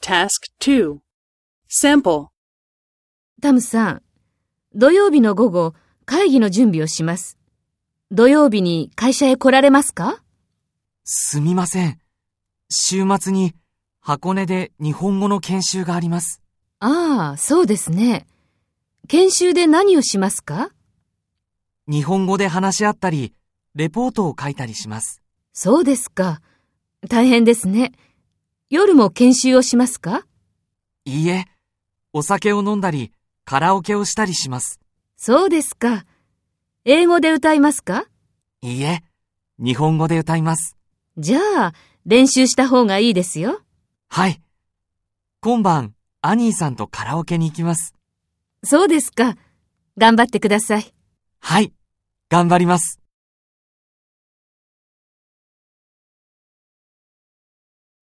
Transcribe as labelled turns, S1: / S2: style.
S1: Task 2. Sample.
S2: タムさん、土曜日の午後、会議の準備をします。土曜日に会社へ来られますか
S3: すみません。週末に箱根で日本語の研修があります。
S2: ああ、そうですね。研修で何をしますか
S3: 日本語で話し合ったり、レポートを書いたりします。
S2: そうですか。大変ですね。夜も研修をしますか
S3: いいえ、お酒を飲んだり、カラオケをしたりします。
S2: そうですか。英語で歌いますか
S3: いいえ、日本語で歌います。
S2: じゃあ、練習した方がいいですよ。
S3: はい。今晩、アニーさんとカラオケに行きます。
S2: そうですか。頑張ってください。
S3: はい。頑張ります。